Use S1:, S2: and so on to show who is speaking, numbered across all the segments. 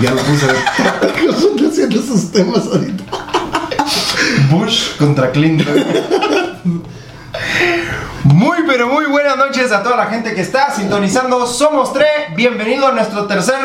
S1: Ya me puse a ver qué son haciendo esos temas ahorita.
S2: Bush contra Clinton. Muy pero muy buenas noches a toda la gente que está sintonizando Somos Tres. Bienvenido a nuestro tercer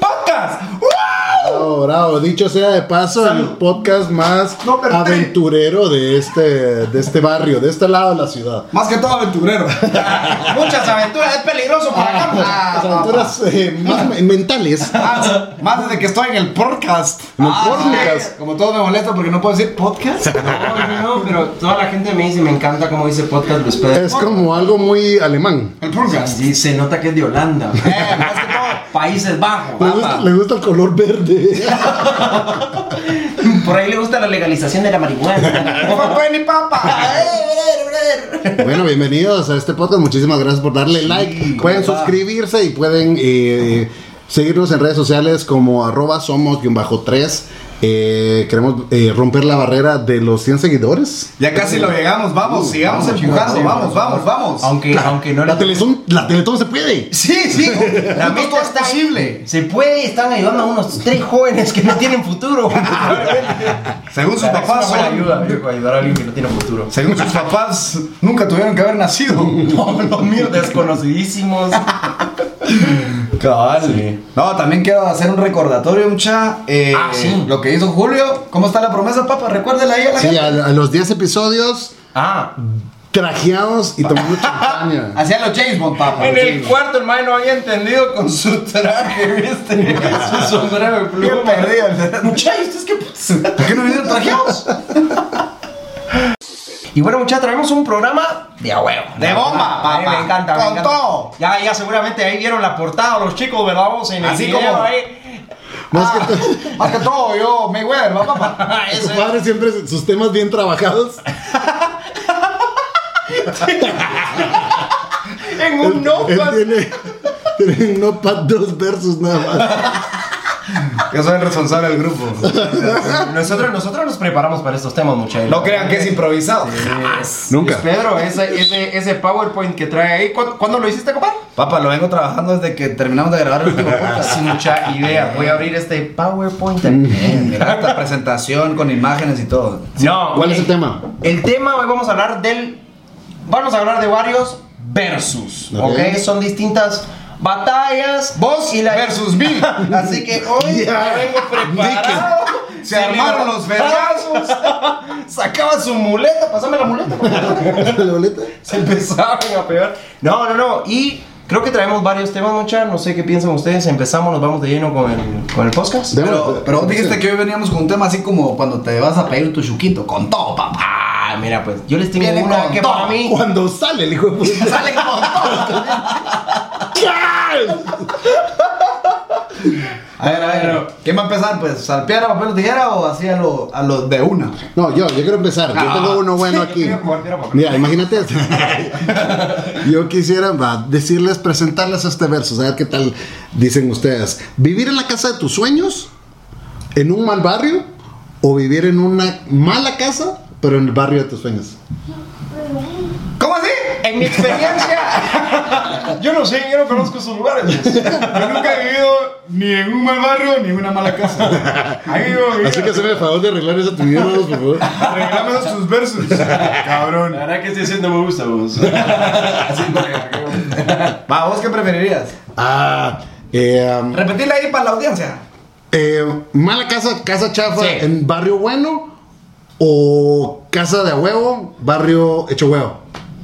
S2: podcast. Uh.
S1: Bravo, Oh, bravo. Dicho sea de paso,
S2: Salud.
S1: el podcast más
S2: No, pero-
S1: aventurero de este, de este barrio, de este lado de la ciudad.
S3: Más que todo aventurero.
S2: Muchas aventuras, es peligroso para acá. pues.
S1: Las
S3: Ah,
S1: aventuras eh, más me- mentales.
S3: Más, más desde que estoy en el podcast.
S1: En el
S2: Ah,
S1: podcast.
S2: sí.
S3: Como todo me molesta porque no puedo decir podcast.
S2: No, no, no, pero toda la gente me dice, me encanta cómo dice podcast Luis Pedro.
S1: Es como algo muy alemán.
S3: El podcast.
S2: Sí, se nota que es de Holanda. Eh, más que todo, Países Bajos.
S1: Le gusta, le gusta el color verde.
S2: Por ahí le gusta la legalización de la marihuana. No fue ni papa.
S1: Bueno, bienvenidos a este podcast. Muchísimas gracias por darle like. Pueden
S3: ¿cómo va?
S1: suscribirse y pueden eh, seguirnos en redes sociales como arroba somos-3. Eh, queremos eh, romper la barrera de los 100 seguidores.
S3: Ya casi lo llegamos, Uh, vamos, sigamos empujando, vamos, vamos, vamos.
S2: Aunque, aunque no
S1: La
S2: le
S1: Teletón, la Teletón se puede.
S3: Sí, sí, la
S2: La meta
S3: todo es
S2: está ahí.
S3: posible.
S2: Se puede, están ayudando a unos tres jóvenes que no tienen futuro.
S3: Según sus papás, son-
S2: viejo, ayudar a alguien que no tiene futuro.
S3: según sus papás, nunca tuvieron que haber nacido.
S2: No, no, mira, desconocidísimos.
S3: Cabal. No, también quiero hacer un recordatorio, mucha. eh,
S2: Ah, sí.
S3: Lo que hizo Julio. ¿Cómo está la promesa, papá? Recuérdela ahí a la
S1: Sí,
S3: gente.
S1: a, a los 10 episodios
S2: Ah,
S1: trajeados y tomando champaña.
S3: Hacia los James Bond, papá.
S2: en
S3: los
S2: el
S3: James Bond.
S2: cuarto, hermano, no había entendido con su traje, ¿viste? Su sombrero de
S3: Bien
S2: pluma.
S3: perdido, el verdad.
S2: Muchachos, ¿ustedes qué putas?
S3: ¿Por qué no vinieron trajeados?
S2: Y bueno, muchachos, traemos un programa de a huevo.
S3: De bomba,
S2: A mí
S3: papá.
S2: me encanta, me
S3: Con
S2: encanta.
S3: todo.
S2: Ya, ya seguramente ahí vieron la portada los chicos, ¿verdad? Vamos en el
S3: Así
S2: video
S3: como-
S2: ahí.
S1: Más que
S3: Ah,
S1: todo,
S3: más que todo, yo, Mayweather, va, papá.
S1: su
S2: Eso es.
S1: padre siempre sus temas bien trabajados.
S2: en un
S1: Él
S2: notepad.
S1: tiene, tiene un notepad dos versos nada más.
S3: Yo soy el responsable del grupo.
S2: Nosotros, nosotros nos preparamos para estos temas, muchachos.
S3: No crean que es improvisado.
S1: Nunca.
S2: Pedro, ese, ese, ese PowerPoint que trae ahí, ¿cuándo, cuándo lo hiciste, compadre?
S3: Papá, lo vengo trabajando desde que terminamos de grabar el último
S1: Ah,
S3: podcast.
S2: Sin mucha idea. Voy a abrir este PowerPoint.
S1: Mm.
S3: Bien, mira, Esta presentación con imágenes y todo.
S2: No.
S1: ¿Cuál es el
S2: eh,
S1: tema?
S2: El tema hoy vamos a hablar del. Vamos a hablar de varios versus.
S1: Ok.
S2: Ok. Son distintas batallas.
S3: Vos
S2: y la.
S3: versus mí.
S2: Así que hoy
S1: Ya.
S2: ya vengo preparado.
S3: Se armaron los vergazos.
S2: Sacaba su muleta. Pásame la muleta. por favor.
S1: ¿La boleta?
S2: Se empezaban a pegar. ah, No, no, no. Y creo que traemos varios temas, mucha. No sé qué piensan ustedes. Empezamos, nos vamos de lleno con el, con el podcast.
S1: De-
S3: Pero, pero vos dijiste que hoy veníamos con un tema así como cuando te vas a pedir tu chuquito. Con todo, papá.
S2: Ah, mira, pues yo les tengo
S3: Viene
S2: una
S3: con
S2: que
S3: todo.
S2: para mí.
S1: Cuando sale el hijo de puta.
S3: Sale con todo. A ver, a ver. ¿Quién va a empezar? Pues, ¿al piedra, papel o tijera o así a lo, a lo de una?
S1: No, yo, yo quiero empezar. Yo
S3: Ah,
S1: tengo uno bueno
S2: yo
S1: aquí.
S2: quiero jugar, quiero jugar.
S1: Mira, imagínate esto. Yo quisiera va, decirles, presentarles este verso, a ver qué tal dicen ustedes. ¿Vivir en la casa de tus sueños? ¿En un mal barrio? ¿O vivir en una mala casa, pero en el barrio de tus sueños?
S2: ¿Cómo así? En mi experiencia, yo no sé, yo no conozco esos lugares.
S3: Yo nunca he vivido ni en un mal barrio ni en una mala casa. Ahí vivo,
S1: Así que hazme el favor de arreglar eso tu video, por favor.
S3: Regalame sus versos. Cabrón.
S2: verdad que estoy haciendo me gusta vos.
S3: Va, ¿vos qué preferirías?
S1: Ah, eh,
S3: Repetirla ahí para la audiencia.
S1: eh, mala casa, casa chafa,
S2: Sí.
S1: en barrio bueno. ¿O casa de a huevo, barrio hecho huevo?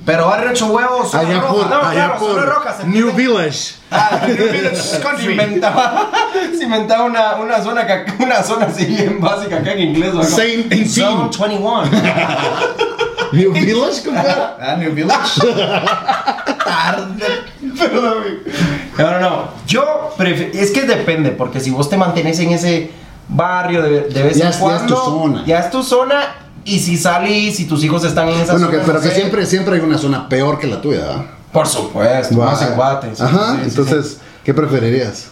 S3: Pero barrio hecho huevos. zona
S1: Allá
S3: roja.
S1: por,
S2: no,
S1: allá
S2: claro, zona
S1: por
S2: roja, se
S1: New Village.
S3: Ah, New Village Country.
S2: Cimentaba, cimentaba una, una zona que acá- una zona así bien básica acá en inglés. ¿o no?
S1: Same and
S2: Zone 21.
S1: New Village, compadre.
S3: Ah, New Village. Tarde.
S2: Perdón, güey. No, no, no. Yo prefi- es que depende, porque si vos te mantenés en ese barrio de, de vez
S1: Ya
S2: en
S1: es- ya es tu
S2: cuando,
S1: zona.
S2: ya es tu zona. Y si salís, y tus hijos están en esa
S1: Bueno,
S2: zona,
S1: que,
S2: no
S1: pero que
S2: sé.
S1: siempre, siempre hay una zona peor que la tuya, ¿verdad?
S2: Por supuesto, más en Guate. sí,
S1: Ajá,
S2: sí, sí, sí.
S1: entonces, ¿qué preferirías?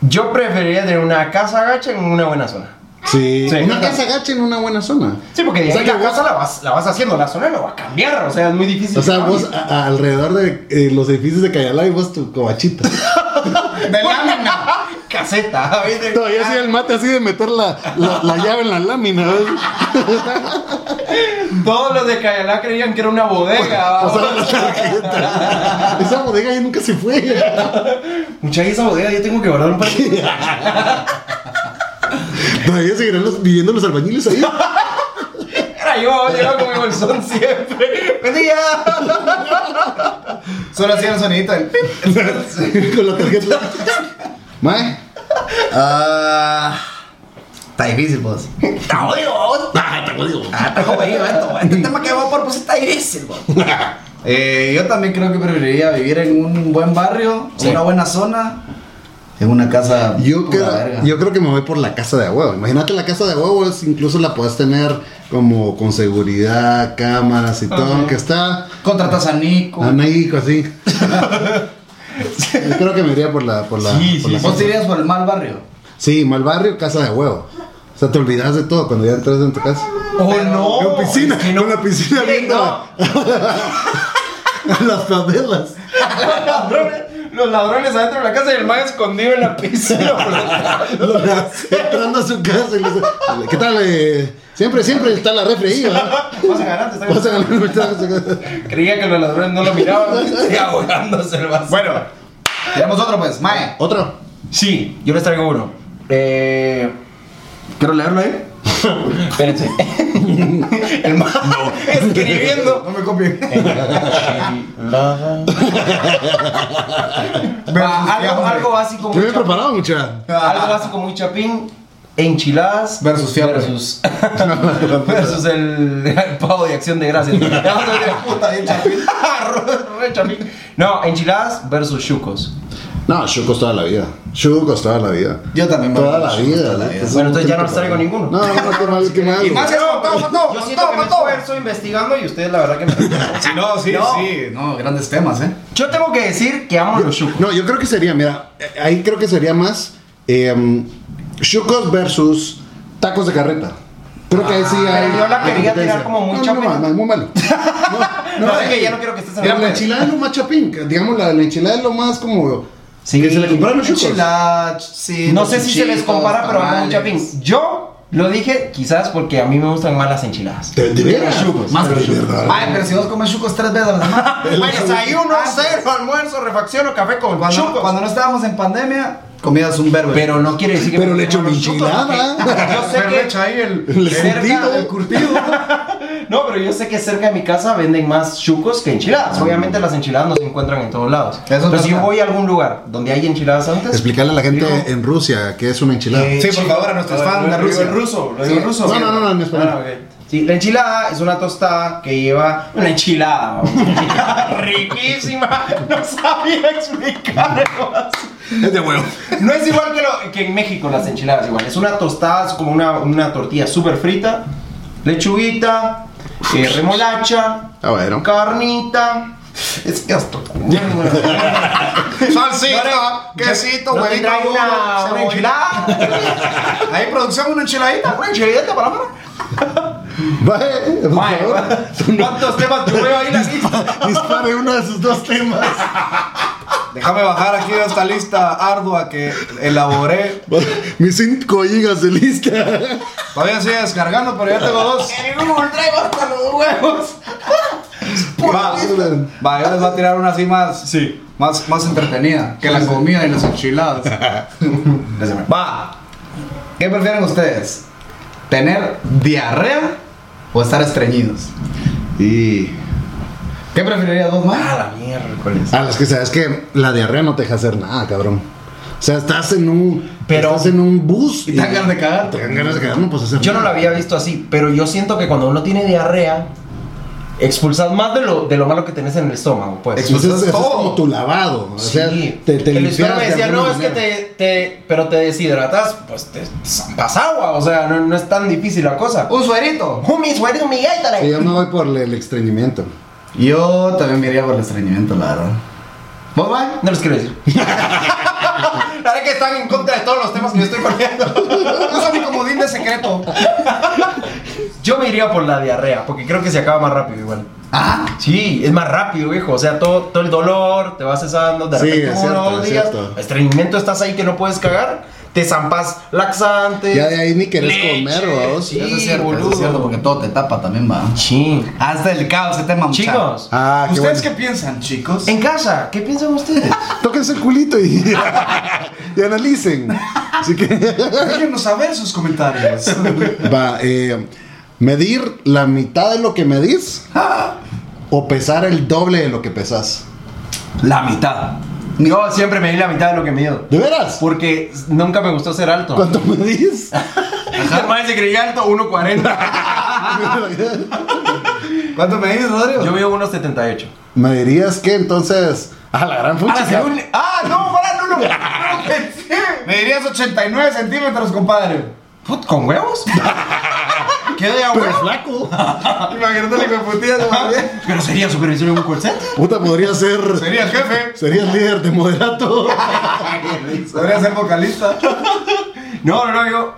S2: Yo preferiría tener una casa gacha en una buena zona.
S1: Sí.
S2: Sí,
S1: una
S2: claro.
S1: casa gacha en una buena zona.
S2: Sí, porque de
S1: O sea
S2: ahí
S1: que
S2: la
S1: vos-
S2: casa la vas, la vas haciendo, la zona no va a cambiar, o sea, es muy difícil.
S1: O sea,
S2: que
S1: vos
S2: cambie.
S1: a- a- alrededor de eh, los edificios de Cayalá y vos tu cobachita.
S3: De lámina.
S2: caseta. ¿viste?
S1: No, yo hacía el mate así de meter la, la- la llave en la lámina. ¿ves?
S2: Todos los de Cayalá creían que era una bodega.
S1: O
S2: ¿va?
S1: sea, la tarjeta. Esa bodega ya nunca se fue.
S2: Mucha esa bodega, yo tengo que guardar un par de-
S1: Todavía seguirán los- viviendo los albañiles ahí.
S2: Era yo, llegaba con mi bolsón siempre. ¡Buen día!
S3: Solo hacían el sonidito del pip.
S1: Con la tarjeta. Mae.
S3: Ah. Está difícil, vos.
S2: ¡Te odio! vos!
S1: Ah, te lo digo.
S3: Ah, está jodido esto. Este tema que va por pues está difícil, vos. Eh, yo también creo que preferiría vivir en un buen barrio, en una buena zona, en una casa.
S1: Yo
S3: pura
S1: creo,
S3: verga.
S1: yo creo que me voy por la casa de a huevo. Imagínate la casa de a huevo, es- incluso la puedes tener como con seguridad, cámaras y todo, aunque está
S3: Contratas a Nico.
S2: Ah,
S1: amigo así. Yo creo que me iría por la por la
S2: Sí,
S1: por
S2: sí,
S1: la
S2: sí.
S3: ¿Vos te irías por el mal barrio?
S1: Sí, mal barrio, casa de huevo. O sea, te olvidas de todo cuando ya entras en tu casa.
S2: ¡Oh, no!
S1: Con piscina,
S2: Es que no-
S1: con la piscina
S2: Sí,
S1: viendo
S2: no.
S1: a- a las favelas.
S2: Los ladrones, los ladrones adentro de la casa y el man escondido en la piscina.
S1: Entrando a su casa y le dice, ¿qué tal? eh? Siempre, siempre está la refri ahí, ¿verdad?
S2: Vas a ganar, te está
S1: Vas a
S2: ganando.
S1: ganar un trago, saca-
S2: Creía que los ladrones no lo miraban. Y ahogándose el vaso.
S3: Bueno, tenemos otro pues, Mae.
S1: Otro.
S2: Sí, yo les traigo uno. Eh, ¿Quiero leerlo ahí? Espérense. El man escribiendo.
S3: No me copien.
S2: Va, Ah, algo, algo
S1: Yo
S2: básico. muy
S1: me he
S2: chapín.
S1: preparado, mucha.
S2: Algo básico muy chapín. Enchiladas.
S3: Versus fiambre.
S2: Versus, versus el, el pavo de acción de gracias. Vamos a ver, puta, bien chapín. Re- re chapín. No, enchiladas versus chucos.
S1: No, Shucos toda la vida. Shucos toda la vida.
S3: Yo también me
S1: Toda
S3: voy
S1: la
S3: con Shucos
S1: vida.
S3: toda
S1: ¿no?
S3: la vida.
S1: Entonces,
S2: Bueno, entonces ya no
S1: te
S2: les traigo
S1: preparas.
S2: ninguno.
S1: No, no, qué mal, qué mal.
S3: Y más eso, todo, todo, todo,
S2: Yo siento que me
S3: todo.
S2: esfuerzo investigando y ustedes la verdad que me...
S3: Si no, sí,
S2: No.
S3: sí. No, grandes temas, ¿eh?
S2: Yo tengo que decir que amo los chucos.
S1: No, yo creo que sería, mira, eh, ahí creo que sería más eh, Shucos versus tacos de carreta. Creo que ahí sí
S2: Ah,
S1: hay.
S2: pero yo la quería
S1: competencia.
S2: tirar como muy
S1: no, no,
S2: chapina.
S1: no, no, muy malo.
S2: No, es que ya no quiero que estés
S1: Mira,
S2: hablando
S1: la
S2: de-
S1: enchilada es lo más chapín. que Digamos, la, la enchilada es lo más como.
S2: Sí.
S1: que se le compraron los chucos.
S3: Enchiladas, sí,
S2: No
S3: los
S2: sé si se les
S3: chichitos,
S2: compara, pero amo un
S3: tamales.
S2: chapín. Yo lo dije quizás porque a mí me gustan más las enchiladas.
S1: De, de veras.
S3: Más que
S1: De
S3: chucos.
S1: verdad.
S3: Ay, pero si vos comes chucos tres veces a la semana. Pues,
S2: Bueno, desayuno, cero, almuerzo, refacción o café con
S3: Cuando,
S2: chucos.
S3: cuando no estábamos en pandemia, comías un verbo.
S2: Pero no quiere decir que...
S1: Pero
S2: me
S1: le
S2: gusten
S1: echo
S2: más los
S1: mi
S2: chucos,
S1: enchilada.
S2: porque Yo sé
S3: Pero le echa
S2: que...
S3: ahí el,
S1: El
S3: cerca,
S1: curtido.
S3: el curtido.
S2: No, pero yo sé que cerca de mi casa venden más chucos que
S1: Ah.
S2: enchiladas. Obviamente las enchiladas no se encuentran en todos lados.
S3: Eso es
S2: pero si yo
S3: verdad.
S2: voy a algún lugar donde hay enchiladas antes...
S1: Explicarle a la gente en Rusia qué es una enchilada.
S2: Eh,
S3: Sí, por
S2: chico,
S3: favor, a nuestros
S2: lo-
S3: fans
S2: lo
S3: de
S2: digo
S3: Rusia.
S2: en ruso, lo digo en
S3: Sí.
S2: ruso.
S1: No, no, no, no, en español.
S2: Ah, ok. Sí, la enchilada es una tostada que lleva una enchilada. hombre. Riquísima. No sabía explicarlo.
S1: Es de huevo.
S2: No es igual que, lo- que en México las enchiladas, igual. Es una tostada, es como una, una tortilla súper frita, lechuguita, eh, remolacha,
S1: Ah, bueno.
S2: carnita. Es que hasta...
S3: Salsita, quesito,
S2: ¿No
S3: huevito
S2: tendrá
S3: duro,
S2: una, una
S3: cebolla.
S2: enchilada?
S3: Ahí producción una enchiladita.
S2: ¿Una enchiladita para la mano?
S1: Vaya, por
S2: Mae,
S1: favor.
S2: ¿Cuántos temas te veo ahí la lista?
S1: Dispare uno de sus dos temas.
S3: Déjame bajar aquí de esta lista ardua que elaboré.
S1: Mis 5 gigas de lista.
S3: Todavía sigue descargando, pero ya tengo dos.
S2: En el Google Drive hasta los huevos.
S3: Va, va, yo les voy a tirar una así más,
S2: Sí.
S3: más, más entretenida que la comida y las enchiladas. Va, ¿qué prefieren ustedes? ¿Tener diarrea o estar estreñidos?
S1: Y.
S3: ¿Qué preferirías vos,
S2: A
S3: Mara?
S2: la miércoles.
S1: A las Ah, que sabes que la diarrea no te deja hacer nada, cabrón. O sea, estás en un.
S2: Pero-
S1: Estás en un bus.
S3: Y te dan ganas de cagar.
S1: Te dan ganas de cagar, no puedes hacer
S2: Yo no lo
S1: nada.
S2: había visto así, pero yo siento que cuando uno tiene diarrea, expulsas más de lo, de lo malo que tenés en el estómago, pues.
S1: Entonces,
S3: Expulsas
S1: eso es
S3: todo.
S1: como tu lavado. O sea,
S2: Sí.
S1: te, te
S2: el
S1: limpias.
S2: doctor me
S1: de
S2: decía,
S1: alguna
S2: no, es que
S1: manera".
S2: te, te- pero te deshidratas, pues te zampas agua, o sea, no, no es tan difícil la cosa.
S3: Un suerito.
S2: Homies, where is mi gaitare?
S1: Sí, yo me voy por el, el estreñimiento.
S3: Yo también me iría por el estreñimiento, la verdad. ¿Vos, Mike?
S2: No les quiero decir. La verdad que están en contra de todos los temas que yo estoy poniendo.
S3: Usa mi comodín de secreto.
S2: Yo me iría por la diarrea, porque creo que se acaba más rápido igual.
S3: Ah,
S2: Sí, es más rápido, hijo. O sea, todo, todo el dolor, te vas cesando, de
S1: Sí,
S2: repente
S1: es
S2: uno
S1: cierto,
S2: dos
S1: es
S2: días,
S1: cierto.
S2: estreñimiento, estás ahí que no puedes cagar, te zampas laxantes.
S1: Ya de ahí ni querés
S2: leche,
S1: comer, ¿verdad?
S2: Sí,
S3: eso es cierto,
S2: boludo.
S3: eso es cierto, porque todo te tapa también, va. Ah,
S2: Sí.
S3: Hasta el caos se tema mucha.
S2: Chicos,
S1: Ah, qué
S3: ¿Ustedes
S1: bueno.
S3: qué piensan, chicos?
S2: en casa, ¿qué piensan ustedes?
S1: Tóquense el culito y, y analicen. Así que.
S3: Déjenos saber sus comentarios.
S1: Va, eh, medir la mitad de lo que medís
S2: Ah.
S1: o pesar el doble de lo que pesas.
S3: La mitad.
S2: Yo siempre medí la mitad de lo que mido.
S1: ¿De veras?
S2: Porque nunca me gustó ser alto.
S1: ¿Cuánto medís?
S2: El man se creía alto, 1.40.
S3: ¿Cuánto me dices, Rodrigo?
S2: Yo mido 1.78.
S1: ¿Me dirías que entonces? A la gran
S2: Ah,
S1: pucha.
S2: según- ¡Ah, no, para, no, no!
S3: Me dirías 89 centímetros, compadre.
S2: Put, ¿Con huevos?
S3: ¿Qué de
S1: Pero flaco.
S3: Imagínate la hipoputía de
S2: ¿Pero sería supervisor de un call center?
S1: Puta, podría ser.
S3: Sería el jefe.
S1: Serías líder de moderato.
S3: Podría ser vocalista.
S2: No, no, no, yo.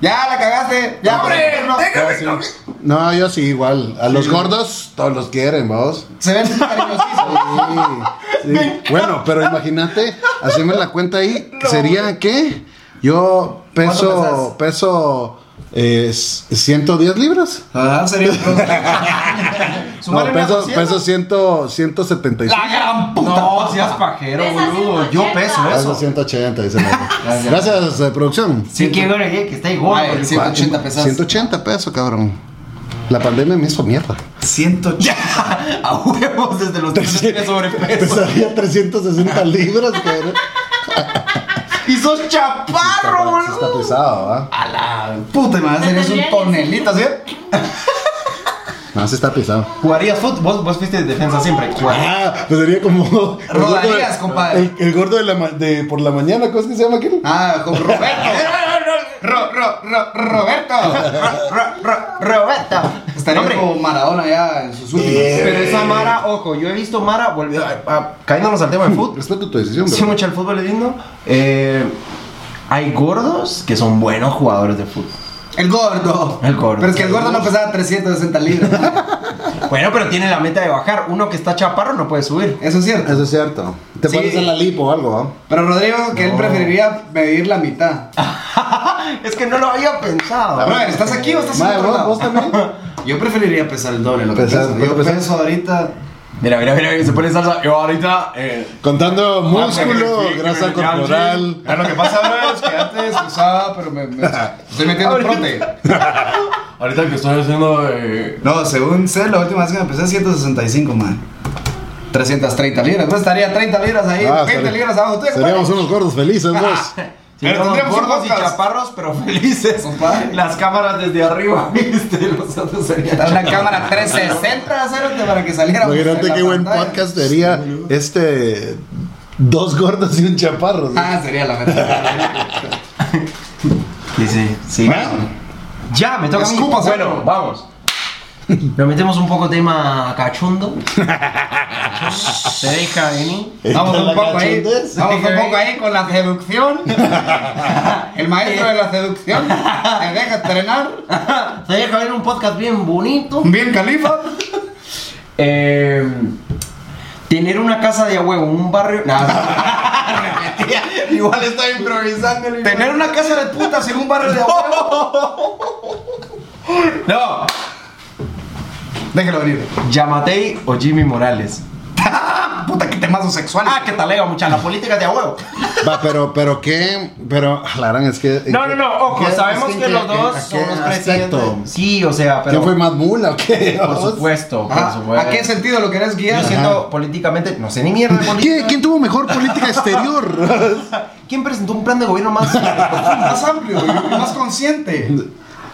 S3: ya la cagaste. Ya,
S2: ¡Hombre,
S3: no.
S2: déjame
S3: No, sí.
S1: No, yo sí, igual. A los gordos, todos los quieren, vamos.
S3: Se ven cariñosísimos.
S1: Sí, sí. Bueno, pero imagínate, haceme la cuenta ahí. ¿Sería qué? Yo peso. Peso. eh, 110 libras.
S3: Ah, sería
S1: No,
S2: Sumale una
S1: peso,
S2: cosita.
S1: peso 100, 175.
S3: La gran puta.
S2: No, seas pajero,
S4: Pesa
S2: boludo. Yo
S4: 180.
S2: peso
S1: Peso
S2: eso.
S1: 180, dice la- Gracias, eh, producción.
S2: Sí, que ahora que está
S3: Ay,
S2: igual.
S3: el 180 pesas.
S1: 180 pesos, cabrón. La pandemia me hizo mierda.
S3: 180.
S2: A huevos desde los 13 tienes sobrepeso.
S1: Pesaría 360 libras, cabrón.
S2: Y sos chaparro,
S1: Sí Está
S2: boludo.
S1: pesado, ¿ah?
S3: A la puta, me vas a hacer un tonelita, ¿sí?
S1: No, sí está pesado.
S2: ¿Jugarías fútbol? Vos, vos fuiste de defensa siempre. Jugarías.
S1: Ah, pues sería como. el gordo de-
S3: Rodarías, compadre.
S1: El, el gordo de, la, ma- de por la mañana, ¿cómo es que se llama aquel?
S3: Ah, con Roberto. Ro- ro- ro- Roberto.
S2: Roberto.
S3: Estaría
S2: Hombre,
S3: como Maradona ya en sus últimos.
S2: Pero esa Mara, ojo, yo he visto Mara volvió a- a- cayéndonos al tema de fútbol.
S1: Respeto tu decisión,
S2: Sí,
S1: bro.
S2: mucho el fútbol es lindo. Eh, hay gordos que son buenos jugadores de fútbol.
S3: El gordo.
S2: El gordo.
S3: Pero es que el gordo no pesaba 360 libras.
S2: Bueno, pero tienen la meta de bajar. Uno que está chaparro no puede subir.
S3: Eso es cierto.
S1: Eso es cierto. Te
S3: Sí.
S1: pones en la lipo o algo, ¿ah?
S3: Pero Rodrigo, que él
S2: No.
S3: preferiría medir la mitad.
S2: Ah, es que no lo había pensado.
S3: Brother, ¿estás aquí o estás en
S1: Madre,
S3: otro
S1: vos,
S3: lado?
S1: vos también.
S3: Yo preferiría pesar el doble lo que
S1: Pesar,
S3: peso.
S1: ¿cuánto
S3: Yo
S1: pesas?
S3: peso ahorita.
S2: Mira, mira, mira, se pone salsa. Yo ahorita. eh,
S1: Contando músculo,
S2: Sí, sí,
S1: grasa
S2: sí,
S1: corporal.
S3: Ya, Ah, lo que pasa, bro, es que antes usaba, pero me, me- estoy metiendo
S2: Ahorita.
S3: prote.
S2: ahorita que estoy haciendo. eh,
S3: No, según sé, la última vez que me pesé 165, man. 330 libras. Pues estaría 30 libras ahí,
S1: Ah,
S3: 20
S1: estaría-
S3: libras abajo. ¿Tú,
S1: Seríamos unos gordos felices, vos.
S2: si
S3: Pero
S2: somos
S3: tendríamos un
S2: gordos y
S3: podcast.
S2: chaparros, pero felices.
S3: Compadre.
S2: Las cámaras desde arriba, viste. Nosotros seríamos.
S3: Está una cámara 360, acérate para que saliera.
S1: Imagínate
S3: en la
S1: qué buen
S3: pantalla.
S1: podcast sería este. Dos gordos y un chaparro. ¿sí?
S3: Ah, sería la verdad.
S2: Sí, sí, sí. Ya, me toca a mí.
S3: Escupas,
S2: Bueno,
S3: ¿no?
S2: vamos. Nos metemos un poco tema cachondo. Se deja de mí.
S3: Vamos
S1: La
S3: un poco ahí.
S1: cachondez.
S3: Vamos un poco ahí con la seducción. El maestro de la seducción. Te deja entrenar.
S2: Se deja ver un podcast bien bonito.
S3: Bien califa.
S2: Eh, tener una casa de a huevo, un barrio. Nada. Repetía. Igual estoy improvisando. el-
S3: Tener una casa de putas en un barrio de abuelo.
S2: No.
S3: Déjalo venir.
S2: Yamatei o Jimmy Morales.
S3: Puta, qué temazo sexual.
S2: Ah, que talega mucha la política de a huevo.
S1: Va, pero, pero qué. Pero, ah, la gran es que.
S2: No, no, no, ojo,
S1: ¿qué-
S2: sabemos
S1: es
S2: que,
S1: en
S2: los
S1: qué-
S2: dos
S1: a qué
S2: son los
S1: aspecto?
S2: presidentes. Sí, o sea, pero.
S1: ¿Quién fue más mula o qué?
S2: Por
S1: vos?
S2: supuesto, por
S3: Ajá,
S2: supuesto.
S3: Ah, ¿A qué sentido lo querés
S2: Yo
S3: guiar?
S2: siento políticamente, no sé ni mierda de
S1: ¿Qué-
S2: política.
S1: ¿Quién tuvo mejor política exterior?
S2: ¿Quién presentó un plan de gobierno más?
S3: Más amplio y más consciente.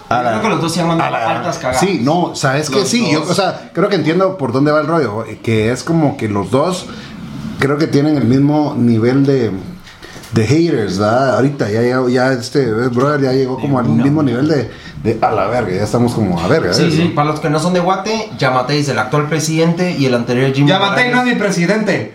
S1: A la-
S2: Creo que los dos se han mandado altas cagadas.
S1: Sí, no, sabes que
S3: Los
S1: sí, yo,
S3: dos.
S1: o sea, creo que entiendo por dónde va el rollo, eh, que es como que los dos creo que tienen el mismo nivel de, de haters, ¿verdad? Ahorita ya llegó, ya este brother ya llegó como al
S2: una.
S1: mismo nivel de, de a la verga, ya estamos como a verga.
S2: Sí,
S1: ¿eh?
S2: sí, para los que no son de Guate, Yamatei es el actual presidente y el anterior Jimmy
S3: Yamatei no es
S2: Morales.
S3: mi presidente.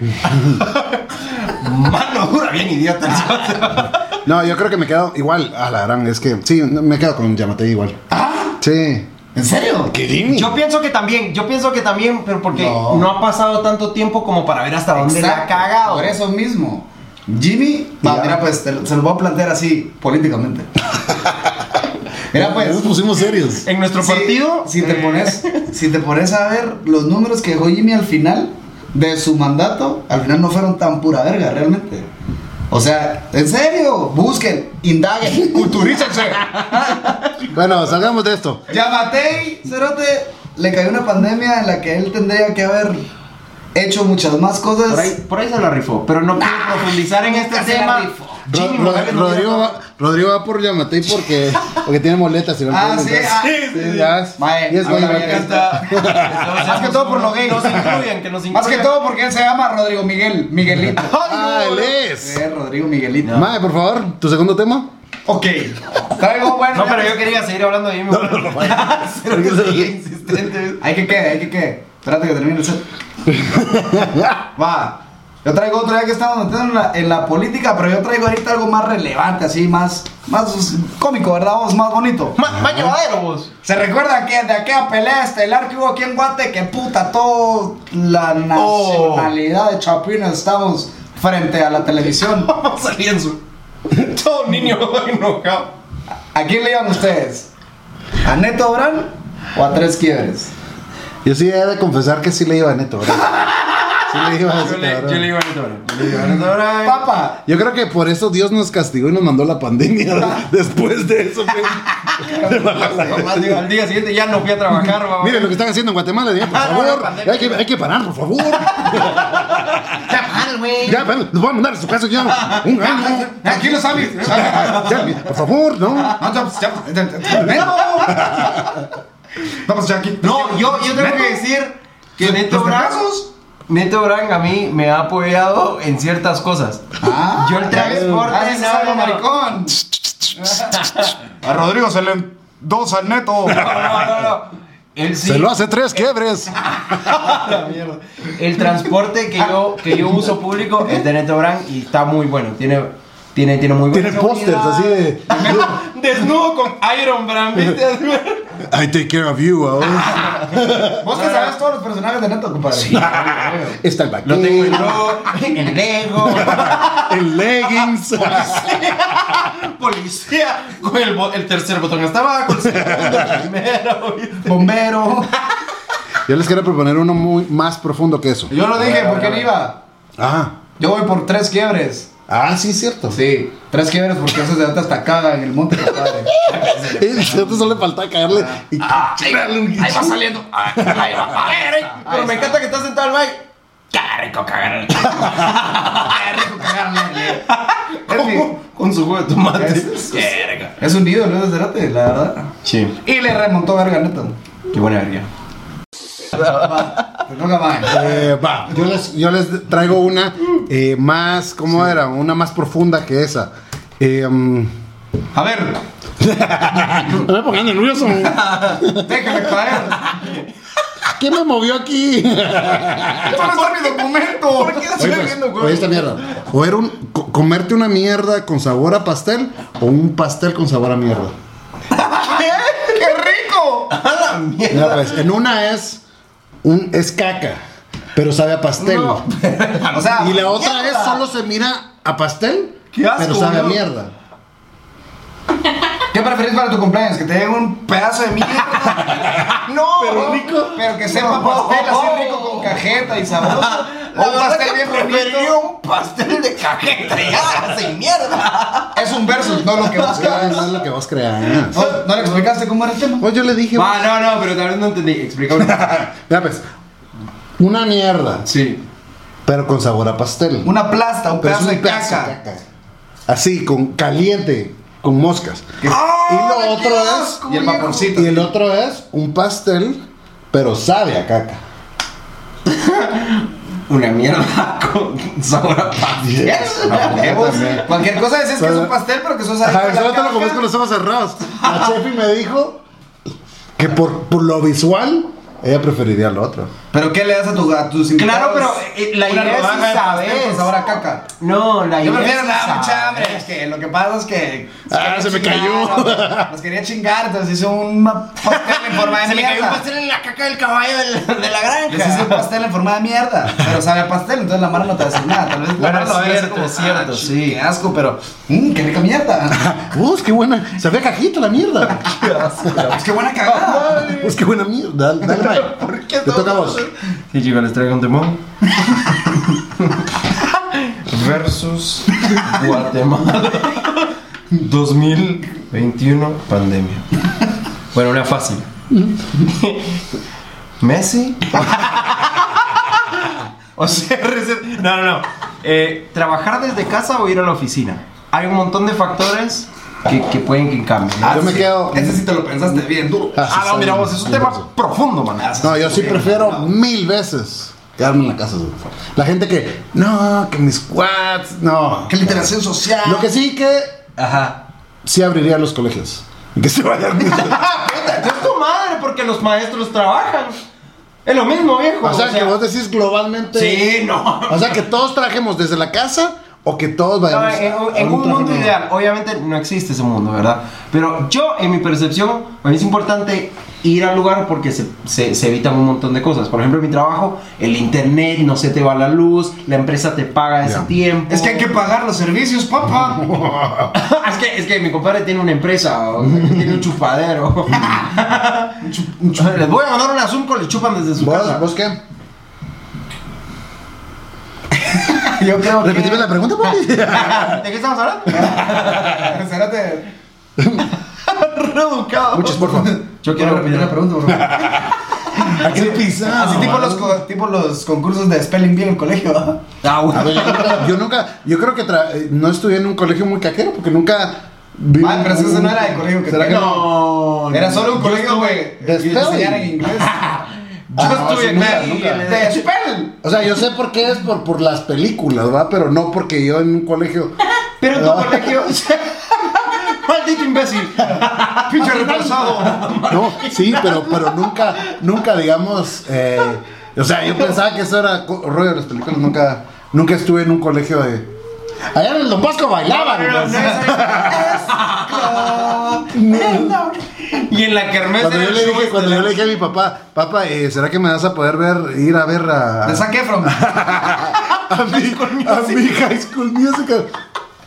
S2: Mano dura, bien Ah, idiota.
S1: No, yo creo que me quedo igual. A la gran, es que sí, me quedo con Yamate igual.
S3: ¿Ah?
S1: Sí.
S3: ¿En serio?
S1: ¿Qué dime?
S2: Yo pienso que también, yo pienso que también, pero porque
S3: No.
S2: no, ha pasado tanto tiempo como para ver hasta dónde la ha
S3: Exacto,
S2: cagado.
S3: Por eso mismo. Jimmy,
S1: Ya.
S3: va, mira pues, te lo- se lo voy a plantear así, políticamente. mira pues.
S1: Nos pusimos serios.
S2: En nuestro
S3: si-
S2: partido,
S3: Si te,
S2: eh,
S3: pones, si te pones a ver los números que dejó Jimmy al final de su mandato, al final no fueron tan pura verga realmente. O sea, en serio, busquen, indaguen, culturícense.
S1: Bueno, salgamos de esto.
S3: Ya Matei, Cerote, le cayó una pandemia en la que él tendría que haber hecho muchas más cosas.
S2: por ahí, por ahí se la rifó, pero no quiero profundizar en este
S3: nunca se la
S2: tema.
S3: rifó.
S1: Ro-
S2: Jimmy
S1: Ro-
S2: Morales no
S1: Rodrigo,
S2: quiere-
S1: va, Rodrigo va por Yamatei porque, porque tiene moletas. Y no
S3: Ah,
S1: puede
S3: sí,
S1: entrar.
S3: ah,
S1: sí, ya ves.
S3: Mae,
S1: Y es
S3: a la
S1: gay,
S3: verga.
S1: ¿verdad?
S2: Más que todo por lo gay.
S3: Nos
S2: incluyan, que nos
S3: Más que todo porque él se llama Rodrigo Miguel, Miguelito.
S1: Ah, él es.
S3: Eh, Rodrigo Miguelito.
S1: Mae, por favor, tu segundo tema.
S3: Ok. Traigo bueno.
S2: No,
S3: ya
S2: pero
S3: que-
S2: yo quería seguir hablando de Jimmy Morales. Pero que seguía insistente.
S3: Hay que qué, hay que qué. Espérate que termine el set. Va. Yo traigo otro ya que estamos metiendo en la, en la política, pero yo traigo ahorita algo más relevante, así, más, más cómico, ¿verdad? Vamos, más bonito.
S2: Ma- Más llevadero vos.
S3: ¿Se recuerda que de aquella pelea estelar que hubo aquí en Guate? Que puta, toda la
S2: Oh.
S3: nacionalidad de Chapines estamos frente a la televisión.
S2: Vamos a lienzo. Todo niño enojado.
S3: ¿A quién le iban ustedes? ¿A Neto Brand o a Tres Quiebres?
S1: Yo sí he de confesar que sí le iba a Neto. ¿verdad? Sí le iba a ese
S2: Ah, Yo le, yo
S1: cabrón.
S2: le digo a Neto Brand. Yo le digo a Neto Brand.
S3: Papa,
S1: Yo creo que por eso Dios nos castigó y nos mandó la pandemia después de eso. pues.
S2: Nomás digo, al día siguiente ya no fui a trabajar. va.
S1: Miren lo que están haciendo en Guatemala, digan, por
S2: Ah, no, la
S1: favor.
S2: pandemia.
S1: Hay que, hay que parar, por favor. Ya, bueno, los voy a mandar a su casa ya. Un año.
S3: aquí lo sabes.
S1: Ya, por favor, ¿no?
S3: No, ya, ya, ya, ya, Neto. Vamos, ya aquí.
S2: No, yo, yo tengo que decir que Neto
S3: ¿Los
S2: Brand.
S3: fracasos?
S2: Neto Brand a mí me ha apoyado en ciertas cosas.
S3: Ah,
S2: Yo el
S3: ya ves,
S2: transporte,
S3: ah, ese es
S2: no,
S3: algo
S2: no.
S3: maricón.
S4: A Rodrigo se le dos al neto.
S2: No, no, no. Él sí.
S1: Se lo hace tres quiebres.
S2: El transporte que yo, que yo uso público es de Neto Brand y está muy bueno. Tiene, tiene, tiene muy buena
S1: Tiene pósters
S2: seguridad.
S1: así de.
S2: Desnudo con Iron Brand, ¿viste?
S1: I take care of you. ahora.
S3: Vos que sabes todos los personajes de Neto, compadre.
S1: Está el vaquero,
S2: Lo tengo en Lego, en Lego,
S1: el leggings.
S2: policía, con el, bo- el tercer botón hasta abajo, el segundo, el primero, ¿viste?
S3: Bombero.
S1: Yo les quiero proponer uno muy más profundo que eso.
S3: Yo lo dije
S2: Bueno,
S3: porque
S2: bueno.
S3: él iba.
S1: Ah,
S3: Yo voy por tres quiebres.
S1: ah, sí, es cierto.
S3: Sí, tres quiebres porque esos de alta hasta acá en el monte, compadre.
S1: Eh, Cierto, solo le falta caerle. y-
S2: Ahí va saliendo. Ah, Ahí va. Ah, eh, eh, Pero me encanta que estás sentado al baile. Qué rico cagar.
S3: Es mi-
S2: Con su jugo de tomate.
S3: Es- es-
S2: Qué rico.
S3: Es un ídolo de Cerate, la verdad.
S2: Sí.
S3: Y le remontó verga, Neto.
S2: Qué buena verga.
S3: Te toca más.
S1: Eh, va, yo les, yo les traigo una eh, más, ¿cómo era? Una más profunda que esa. Eh, mm,
S3: A ver,
S1: me voy poniendo nervioso.
S3: déjame caer.
S1: ¿Qué me movió aquí?
S3: ¡Esto no está mi documento! ¿Por qué
S1: Oye, pues, oye, esta mierda. O era un, co- comerte una mierda con sabor a pastel o un pastel con sabor a mierda.
S3: ¡Qué rico!
S1: Mira, pues, en una es un es caca, pero sabe a pastel.
S3: O sea,
S1: y la otra
S3: mierda.
S1: es solo se mira a pastel,
S2: Qué asco,
S1: pero sabe a
S2: boludo.
S1: mierda.
S3: ¿Qué preferís para tu cumpleaños? Que te den un pedazo de mierda. no, pero rico. Pero que sepa pastel así rico con cajeta y sabroso. O un pastel bien bonito.
S2: un pastel de cajeta y hágase mierda.
S3: Es un versus, no lo que
S1: Ah, no
S3: buscas.
S1: es lo que vos creas.
S3: No, no le explicaste cómo era el tema.
S1: Pues yo le dije.
S2: Va, no, no, pero tal vez no entendí. Explícame.
S1: Mira, pues, una mierda,
S2: Sí.
S1: pero con sabor a pastel.
S3: Una plasta, un
S1: Pero es
S3: pedazo de
S1: un pedazo de
S3: caca.
S1: caca. Así, con caliente, con moscas. y lo otro es.
S3: Y el vaporcito.
S1: Y el otro es un pastel, pero sabe a caca.
S2: Una mierda con sabor a pastel.
S1: Ah,
S3: Huevos. Ah, Cualquier cosa decís que es un
S1: Pero-
S3: pastel, pero que sos adicto a
S1: Ajá,
S3: la
S1: solo te lo comes
S3: caca.
S1: con los ojos cerrados. La Chefi me dijo que por, por lo visual, ella preferiría lo otro.
S3: ¿Pero qué le das a, tu, a tus
S2: Claro,
S3: invitados?
S2: pero eh, la
S3: Una
S2: idea es
S3: rodaja de pastel
S2: saber.
S3: con sabor a caca.
S2: No, la idea
S3: Yo prefiero
S2: es
S3: la mucha
S2: saber.
S3: hambre. Es que lo que pasa es que.
S1: Ah,
S3: quería
S1: se me
S3: chingar,
S1: cayó.
S3: hombre. Nos quería chingar, entonces hice un pastel en forma de
S2: Se me
S3: mierda.
S2: cayó un pastel en la caca del caballo del- de la,
S3: Les hice un
S2: granja.
S3: pastel en forma de mierda. Pero sabe a pastel, entonces la mara no te va a decir nada. Tal vez la
S2: Bueno,
S3: mara
S2: es
S3: lo va a ver
S2: cierto,
S3: así como,
S2: es cierto,
S3: "Ah,
S2: sí.
S3: Qué asco, pero. Mmm, qué rica mierda.
S1: Vos, Ah, qué buena. Se ve cajita la mierda.
S3: Pues qué buena cagada.
S1: Vos, qué buena mierda. Dale, dale, mae. Te toca a vos.
S2: Sí, chicos, les traigo un temón. Versus Guatemala 2021 pandemia. Bueno, una fácil. Messi. o sea, rece- no, no, no. Eh, Trabajar desde casa o ir a la oficina. Hay un montón de factores que, que pueden que cambien. ¿no?
S1: Yo me
S3: Ah, sí.
S1: quedo-
S3: Ese sí te lo pensaste bien duro.
S1: Ah, sí,
S2: Ah, no,
S1: está
S2: mira
S1: bien.
S2: vos, es un tema profundo, man.
S1: No, yo sí prefiero mil veces quedarme en la casa. güey. La gente que, no, que mis quads, no.
S3: Que la interacción social.
S1: Lo que sí que
S2: Ajá.
S1: sí abriría los colegios. Que se vayan.
S2: es tu madre porque los maestros trabajan. Es lo mismo, viejo.
S1: O sea, que vos decís globalmente.
S2: Sí, no.
S1: O sea, que todos trajemos desde la casa o que todos
S2: No,
S1: vayamos.
S2: en,
S1: a
S2: en un
S1: traje
S2: mundo
S1: nuevo.
S2: ideal, obviamente no existe ese mundo, ¿verdad? Pero yo, en mi percepción, a mí es importante ir al lugar porque se, se- se evitan un montón de cosas. Por ejemplo, en mi trabajo, el internet, no se te va la luz, la empresa te paga ese
S1: Ya.
S2: tiempo.
S3: Es que hay que pagar los servicios, papá.
S2: es, que, es que mi compadre tiene una empresa, o sea, que tiene un chupadero. Un chup- un chup- Les voy a mandar un azul con le chupan desde su casa.
S1: ¿Vos, vos qué?
S2: Yo creo que-
S1: Repetime la pregunta, papi.
S2: ¿De qué estamos hablando?
S3: Espérate.
S2: Reducado.
S1: Muchas, por favor.
S2: Yo quiero
S3: repetir la pregunta, por favor.
S1: Aquí pisa.
S3: Así tipo los, co- tipo los concursos de Spelling Bee en el colegio, ¿va?
S2: Ah, bueno.
S1: A ver, yo nunca, yo nunca- yo creo que tra- eh, no estudié en un colegio muy caquero porque nunca vi.
S3: Ah, pero es que
S1: un-
S3: eso no era de colegio que
S1: ¿Será que no?
S2: No.
S3: Era solo un colegio, güey.
S1: de
S3: que enseñara en
S1: Spelling.
S3: inglés.
S2: Yo
S1: Ah, no,
S2: estuve
S1: sí, nunca,
S2: aquí.
S1: nunca.
S2: el-
S3: De Spell.
S1: O sea, yo sé por qué es por, por las películas, ¿va? Pero no porque yo en un colegio.
S2: Pero tu
S1: Ah.
S2: colegio. Maldito imbécil.
S3: Pinche retrasado.
S1: No, sí, pero, pero nunca, nunca, digamos. eh, o sea, yo pensaba que eso era co- rollo de las películas. Nunca, nunca estuve en un colegio de. Allá en el Don Bosco
S3: Ah,
S1: bailaban.
S2: No, no,
S1: ¿no?
S2: no, no. Y en la kermés
S1: Cuando
S2: era
S1: yo,
S2: el
S1: le
S2: show
S1: dije, cuando yo
S2: estelar.
S1: le dije a mi papá, papá, eh, ¿será que me vas a poder ver, ir a ver a,
S3: De Zac Efron.
S1: a, mi, a mi High School Musical?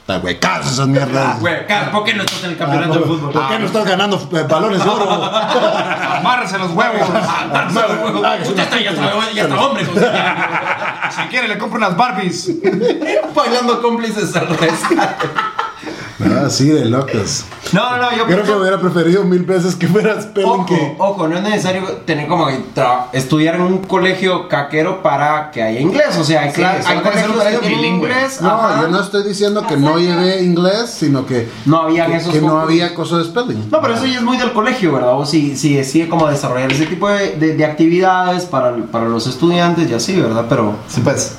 S1: Está güey, caras esas mierdas.
S2: Ah, Güey, car- ¿por qué no estás en el campeonato de fútbol?
S1: "Ah,
S2: Ah.
S1: ¿Por qué no estás ganando eh, balones de oro?
S3: Amárrese los huevos.
S2: Ah,
S1: Ah,
S2: Usted está ya está- ya está hombre. José.
S3: Si quiere, le compro unas Barbies.
S2: Bailando cómplices al resto.
S1: Ah, sí, de locos.
S2: No, no, no,
S1: Creo
S2: yo
S1: que
S2: pienso-
S1: hubiera preferido mil veces que fueras Spelling
S2: Ojo,
S1: que.
S2: ojo, no es necesario tener como que tra- estudiar en un colegio caquero para que haya inglés. O sea, hay,
S3: Sí,
S2: cla-
S3: solo
S2: hay
S3: puede ser un
S2: colegios que
S3: colegio
S2: tienen
S3: bilingüe.
S2: inglés.
S1: No,
S2: ajá.
S1: yo no estoy diciendo que no llevé inglés, sino que
S2: No habían
S1: que-
S2: esos
S1: que no
S2: concursos.
S1: había cosas de spelling.
S2: No, pero eso ya es muy del colegio, ¿verdad? O si, si decide como desarrollar ese tipo de, de- de actividades para, para los estudiantes y así, ¿verdad? Pero...
S3: Sí, pues.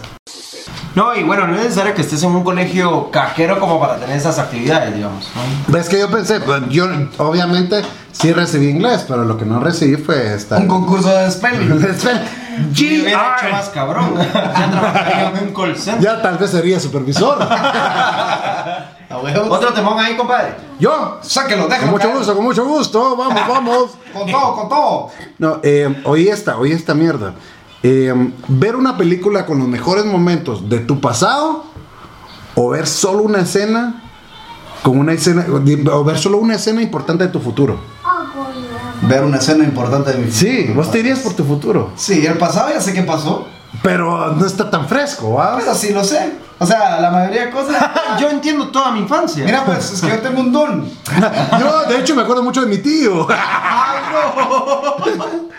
S2: No, y bueno, no es necesario que estés en un colegio caquero como para tener esas actividades, digamos. ¿no?
S1: Es que yo pensé, pues, yo obviamente sí recibí inglés, pero lo que no recibí fue esta.
S3: Un concurso de Spelling.
S1: Spelling.
S2: Y
S1: ah,
S2: hubiera
S3: GR.
S2: hecho más cabrón. Ya trabajaría en un call center.
S1: Ya tal vez sería supervisor.
S3: A huevos.
S2: Otro temón ahí, compadre.
S1: Yo,
S3: Sáquelo, déjalo.
S1: con mucho
S3: caer.
S1: gusto, con mucho gusto, vamos, vamos.
S3: Con todo, con todo.
S1: No, eh, oí esta, oí esta mierda. Eh, ver una película con los mejores momentos de tu pasado o ver solo una escena con una escena o ver solo una escena importante de tu futuro.
S3: Ver una escena importante de mi
S1: Sí, vos te irías por tu futuro,
S3: Sí, el pasado ya sé qué pasó.
S1: pero no está tan fresco, ¿ah? ¿va?
S3: Pues así lo sé. O sea, la mayoría de cosas.
S2: Ah, Yo entiendo toda mi infancia.
S3: Mira, pues, es que yo tengo un don.
S1: Yo, de hecho, me acuerdo mucho de mi tío.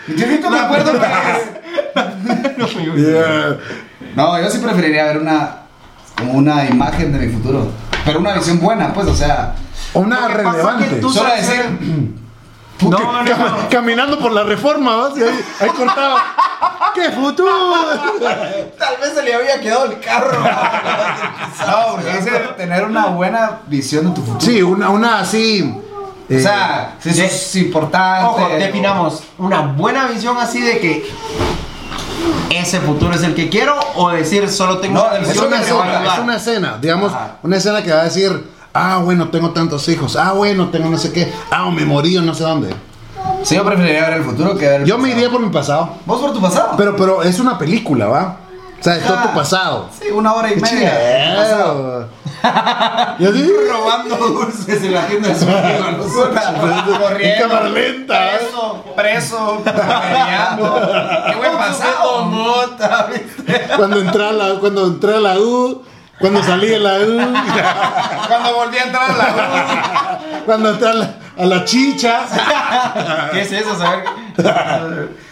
S3: Yo nunca me acuerdo que.
S1: Yeah.
S3: No, yo sí preferiría ver una. Como una imagen de mi futuro. Pero una visión buena, pues, o sea.
S1: Una
S2: Lo que pasa es que
S1: relevante.
S2: tú-
S3: Solo
S2: sabes
S3: decir.
S2: No,
S1: Que-
S2: no,
S1: cam-
S2: no.
S1: Caminando por la reforma, ¿vas? Y ahí, ahí cortaba. ¡Qué futuro!
S3: Tal vez se le había quedado el carro. no, porque dice tener una buena visión de tu futuro.
S1: Sí, una, una así.
S3: O
S1: eh,
S3: sea, si eso
S2: de-
S3: es importante.
S2: Ojo, definamos una buena visión así de que ¿Ese futuro es el que quiero? ¿O decir solo tengo
S3: No,
S2: del
S1: Es
S2: futuro
S1: una
S2: que me va a
S1: escena,
S2: ayudar?
S1: es una escena, digamos,
S2: Ajá.
S1: una escena que va a decir, ah, bueno, tengo tantos hijos, ah, bueno, tengo no sé qué, ah, o me morí o no sé dónde.
S3: Sí, yo preferiría ver el futuro que ver el
S1: Yo me
S3: pasado.
S1: iría por mi pasado.
S3: Vos por tu pasado.
S1: Pero, pero es una película, ¿va? O sea, es todo
S3: Ah.
S1: tu pasado.
S3: Sí, una hora y media. Pasado.
S1: Chingado. Y así,
S2: robando dulces en la tienda de su amigo, ¿no?
S1: en
S3: Corriendo.
S1: cámara lenta. ¿eh?
S3: Preso, preso, peleando. Qué buen pasado.
S2: mota, ¿viste?
S1: Cuando entré a la, cuando entré a la U, cuando salí de la U,
S3: Cuando volví a entrar a la
S1: cuando entré a la, a la chicha.
S2: ¿Qué es eso? Saber.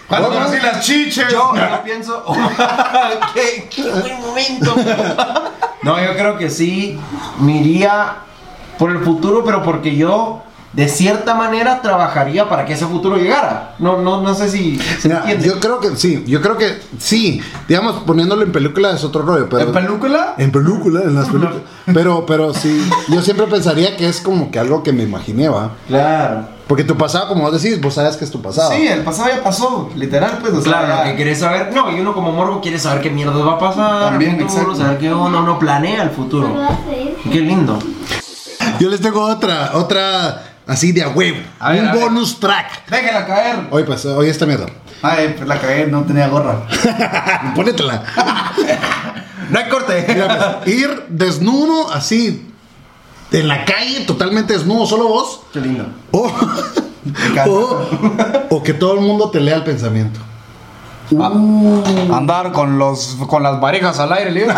S4: Cuando conocí las chiches.
S2: Yo, yo pienso. ¿Qué, qué buen momento. No, yo creo que sí. Me iría por el futuro, pero porque yo. De cierta manera trabajaría para que ese futuro llegara. No, no, no sé si se
S1: Mira,
S2: entiende.
S1: yo creo que sí, yo creo que sí. Digamos, poniéndolo en película es otro rollo, pero.
S3: ¿En película?
S1: En película, en las películas. Pero, pero sí, yo siempre pensaría que es como que algo que me imaginé, ¿va?
S2: Claro.
S1: Porque tu pasado, como vos decís, vos sabes que es tu pasado.
S3: Sí, el pasado ya pasó. Literal, pues. O sea,
S2: Claro,
S3: ya-
S2: lo que querés saber. No, y uno como morbo quiere saber qué mierda va a pasar.
S3: También,
S2: el futuro,
S3: exacto.
S2: Saber que uno no planea el futuro. Qué lindo.
S1: Yo les tengo otra, otra así de a huevo.
S3: A ver,
S1: un
S3: a ver.
S1: bonus track.
S3: Déjala caer.
S1: Hoy pues, hoy esta mierda. Ah,
S3: Ay, pues la cagué, no tenía gorra.
S1: Ponétela.
S2: No hay corte.
S1: Mira, pues, ir desnudo así en la calle, totalmente desnudo, solo vos.
S2: Qué lindo.
S1: O,
S3: encanta.
S1: o, o que todo el mundo te lea el pensamiento.
S3: Uh. Andar con los con las varejas al aire libre.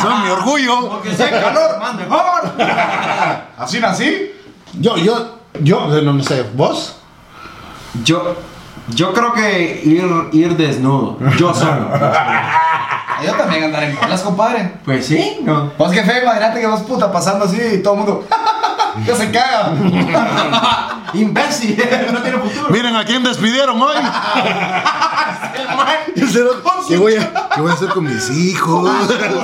S1: son mi orgullo.
S2: Porque sea calor, más mejor.
S4: Así nací.
S1: Yo, yo, yo, no, no sé, ¿vos?
S2: Yo, yo creo que ir, ir desnudo. Yo solo.
S3: Ah, Yo también andar en bolas, compadre.
S2: Pues sí, no.
S3: Vos que feo, imagínate que vos puta pasando así y todo el mundo que se caga.
S2: Imbécil, no tiene futuro.
S1: Miren a quién despidieron hoy. Yo sé lo- ¿Qué voy, a, qué voy a hacer con mis hijos?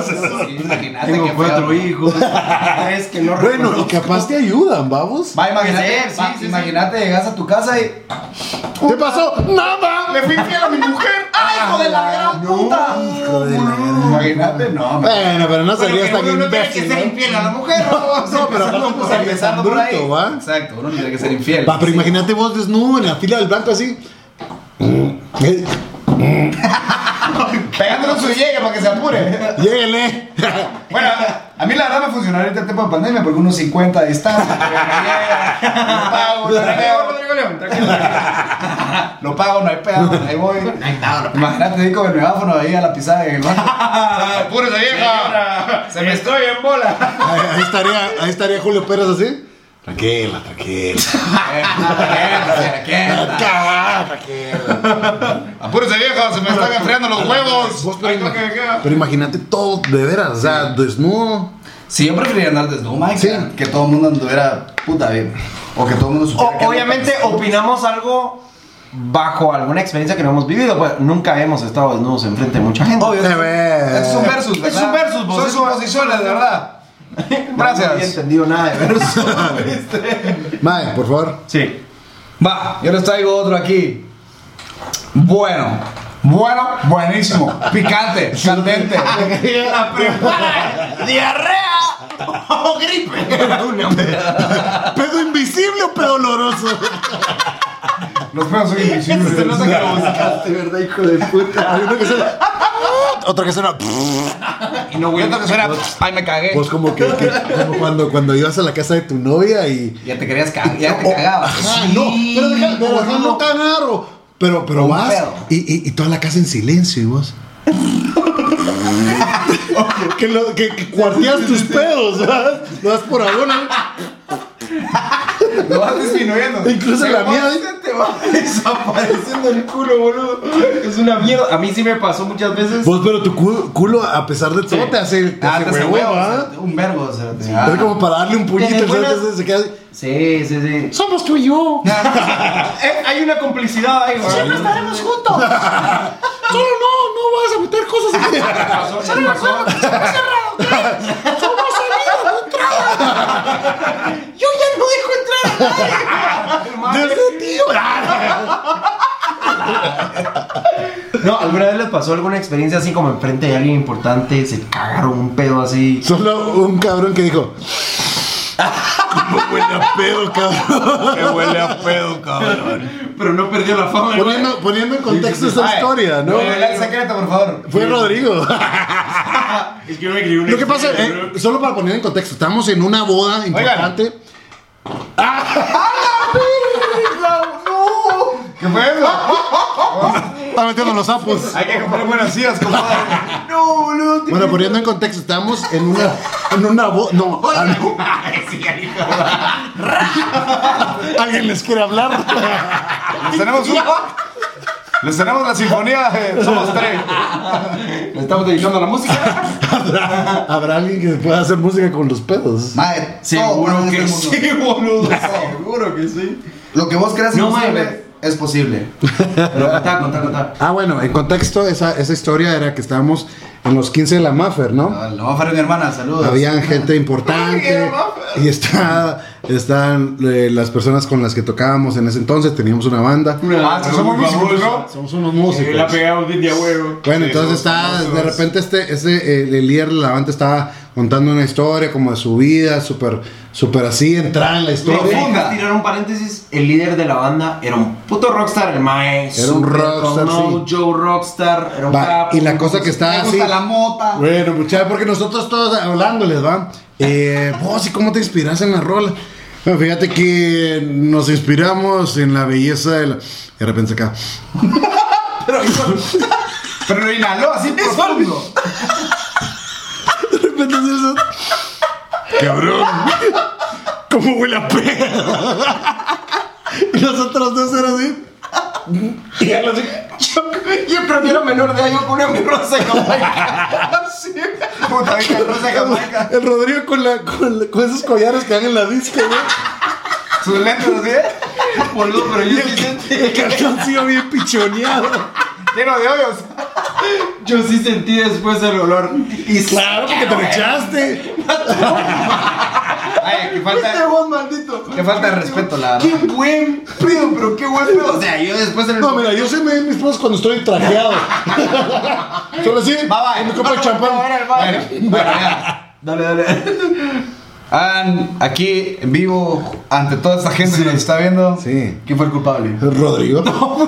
S3: Sí, imagínate
S2: Tengo
S3: qué
S2: cuatro
S3: feo.
S2: hijos. Tres que no
S1: Bueno, y
S2: reconozco.
S1: capaz te ayudan, vamos.
S3: Va, imagínate,
S2: Sí, sí,
S3: va,
S2: sí, sí.
S3: imagínate, llegas a tu casa y.
S1: ¿Qué pasó? ¡Nada!
S4: Le fui infiel a mi mujer.
S3: ¡Ay, ¡Ah, hijo de la gran puta!
S1: hijo de la gran-
S3: Imagínate, no, man.
S1: Bueno, pero no
S2: Pero
S1: serías
S2: que
S1: tan
S2: uno no tiene
S1: imbécil.
S2: que ser
S1: ¿no?
S2: infiel a la mujer.
S1: No,
S3: pues,
S1: pero aparte pues, no serías
S3: Empezando
S1: tan
S3: por ahí.
S1: bruto, ¿va?
S3: Exacto, uno tiene que ser infiel.
S1: Va, pero imagínate vos desnudo en la fila del blanco así. Eh,
S3: Pegándole su llegue para que se apure.
S1: Lléguele.
S3: Bueno, a mí la verdad me funcionó ahorita el tiempo de pandemia porque unos 50 de distancia. pero me llega, Lo pago, no hay pedo. Lo pago, no hay pedo, ahí voy. Imagínate, ahí con el megáfono ahí a la pisada en el banco.
S4: Apúrese, vieja.
S3: Se me
S4: estoy en bola.
S1: Ahí, ahí estaría, ahí estaría Julio Pérez así. Tranquila, tranquila. Eh. Tranquila, tranquila.
S4: Apúrese, vieja. Se me están enfriando los huevos. Ahí está que me queda.
S1: Pero imagínate todo de veras, o sea, desnudo.
S3: Sí, yo preferiría andar desnudo, Mike.
S1: Sí.
S3: Que todo el mundo anduviera puta bien. O que todo el mundo supiera. que
S2: O-
S3: ando
S2: obviamente
S3: tan-
S2: opinamos algo bajo alguna experiencia que no hemos vivido. Pues, nunca hemos estado desnudos enfrente de mucha gente.
S3: Obvio,
S1: Se
S3: es-
S1: ve.
S3: Es un versus, ¿verdad?
S2: Es un versus, vos.
S3: Son suposiciones, de verdad. gracias.
S2: No había entendido nada de verso. ¿viste?
S1: Mae, por favor.
S2: sí.
S3: Va, yo les traigo otro aquí. Bueno, bueno, buenísimo, picante, candente.
S2: La prepara diarrea o gripe. Una mierda.
S1: ¿Pedo invisible o pedo oloroso?
S3: Los pedos son invisibles.
S2: Se nota que lo buscaste, ¿verdad, hijo de puta?
S1: Hay uno que suena. Otro que suena.
S2: Y no
S3: Siento que suena, ay, me cagué.
S1: Pues como que, que- como cuando, cuando ibas a la casa de tu novia y.
S3: Ya te querías cagar, ya te cagabas.
S1: Ah, no, pero deja, pero
S2: no,
S1: no
S2: no.
S1: tan raro. Pero, pero
S3: Un
S1: vas
S3: pedo.
S1: y, y, y toda la casa en silencio y vos. que, lo, que, que cuarteas tus pedos, ¿verdad? Lo das por abona.
S3: Lo vas disminuyendo.
S1: Incluso la mía.
S2: Te va desapareciendo el culo, boludo. Es una mierda. A mí sí me pasó muchas veces.
S1: Vos, pero tu cu- culo, a pesar de todo,
S2: Sí.
S1: te hace, te
S3: Ah,
S1: hace
S3: te hace
S1: huevo, Ah.
S3: huevo,
S1: ¿verdad?
S3: o sea, un verbo. o sea, te-
S1: Es como para darle un puñito,
S2: Desde
S1: ¿sabes?
S2: buenas-
S1: Se queda así,
S2: Sí, sí, sí.
S1: Somos tú y yo.
S2: Eh, Hay una complicidad ahí, güey.
S5: Siempre estaremos juntos.
S1: Solo no, no vas a meter cosas aquí.
S2: Pasó- pasó-
S5: Cerrado, ¿ok? Somos amigos, no traba. Yo ya no dejo entrar a nadie.
S1: Desde tío.
S2: No, ¿alguna vez les pasó alguna experiencia así como enfrente de alguien importante? Se cagaron un pedo así.
S1: Solo un cabrón que dijo. ¿Cómo huele a pedo, cabrón?
S4: Que huele a pedo, cabrón.
S2: Pero no perdió la fama. ¿no?
S1: Poniendo, poniendo en contexto esa historia, ¿no?
S3: Revela el secreto, por favor.
S1: Fue Rodrigo.
S4: Es que yo me escribí un
S1: Lo que pasa, eh, solo para poner en contexto, estamos en una boda importante.
S4: ¿Qué fue eso?
S1: Están metiendo los sapos.
S4: Hay que comprar buenas sillas, compadre.
S2: No, boludo. te-
S1: Bueno, poniendo en contexto, estamos en una, en una boda. No, al-
S4: Ay, sí, hijo.
S1: alguien les quiere hablar.
S4: Les tenemos un... Les tenemos la sinfonía de Somos Tres.
S2: Le estamos dedicando a la música.
S1: ¿Habrá, habrá alguien que pueda hacer música con los pedos.
S3: Madre, todo en
S2: Seguro
S3: este
S2: que
S3: mundo.
S2: sí, boludo. Seguro que sí.
S3: Lo que vos creas
S2: No,
S3: imposible
S2: madre.
S3: es posible.
S2: Pero contá, contá, contá.
S1: Ah, bueno, en contexto, esa, esa historia era que estábamos en los 15 de la Maffer, ¿no?
S3: Lo va a hacer mi hermana,
S4: Ah,
S3: saludos.
S1: Habían gente importante y está, están eh, las personas con las que tocábamos en ese entonces, teníamos una banda.
S4: Ah, sí, somos músicos, ¿no?
S1: Somos unos músicos.
S4: La pegamos de día huevo.
S1: Bueno,
S4: Sí,
S1: entonces
S4: somos
S1: está, de
S4: famosos.
S1: repente este, este, eh, el, líder de la banda estaba contando una historia como de su vida, súper, súper así, entrar en la historia.
S2: Profunda. tirar un paréntesis, el líder de la banda era un puto rockstar, el mae.
S1: Era un
S2: super
S1: rockstar,
S2: con Joe Rockstar, era un
S1: Va,
S2: capo.
S1: y la cosa que está
S3: Me
S1: así.
S3: gusta la mota.
S1: Bueno, muchachos, porque nosotros todos hablándoles, ¿va? Eh, vos, ¿y cómo te inspiras en la rola? Bueno, fíjate que nos inspiramos en la belleza de la. De repente acá.
S3: Pero lo inhaló así profundo.
S1: De repente hace eso. Cabrón. ¿Cómo huele a pedo? Y nosotros dos eran así.
S2: Yo prefiero menor de año con una mi rosa
S3: Puta, viste el rosa de Jamaica.
S1: El Rodrigo con, la, con, la- con esos collares que dan en la disco, güey.
S3: Sus lentes así.
S2: Boludo, pero yo sí, sentí,
S1: El calzoncillo bien pichoneado.
S4: Lleno de hoyos.
S2: yo sí sentí después el olor. Y
S1: Claro, porque te lo echaste.
S3: Ay, que
S2: Este
S3: falta,
S2: buen maldito.
S3: que falta de respeto, la
S2: Qué
S3: verdad.
S2: buen pedo, pero qué buen pedo.
S3: O sea, yo después en el.
S1: No, mira, yo sé medir mis cosas cuando estoy trajeado. Solo así,
S3: Bye,
S1: con mi
S3: bye.
S1: copa de champán.
S3: Bueno, bueno, ya.
S2: Dale, dale.
S3: Hagan aquí en vivo, ante toda esta gente que nos está viendo,
S1: Sí.
S3: ¿quién fue el culpable?
S1: Rodrigo.
S2: Yo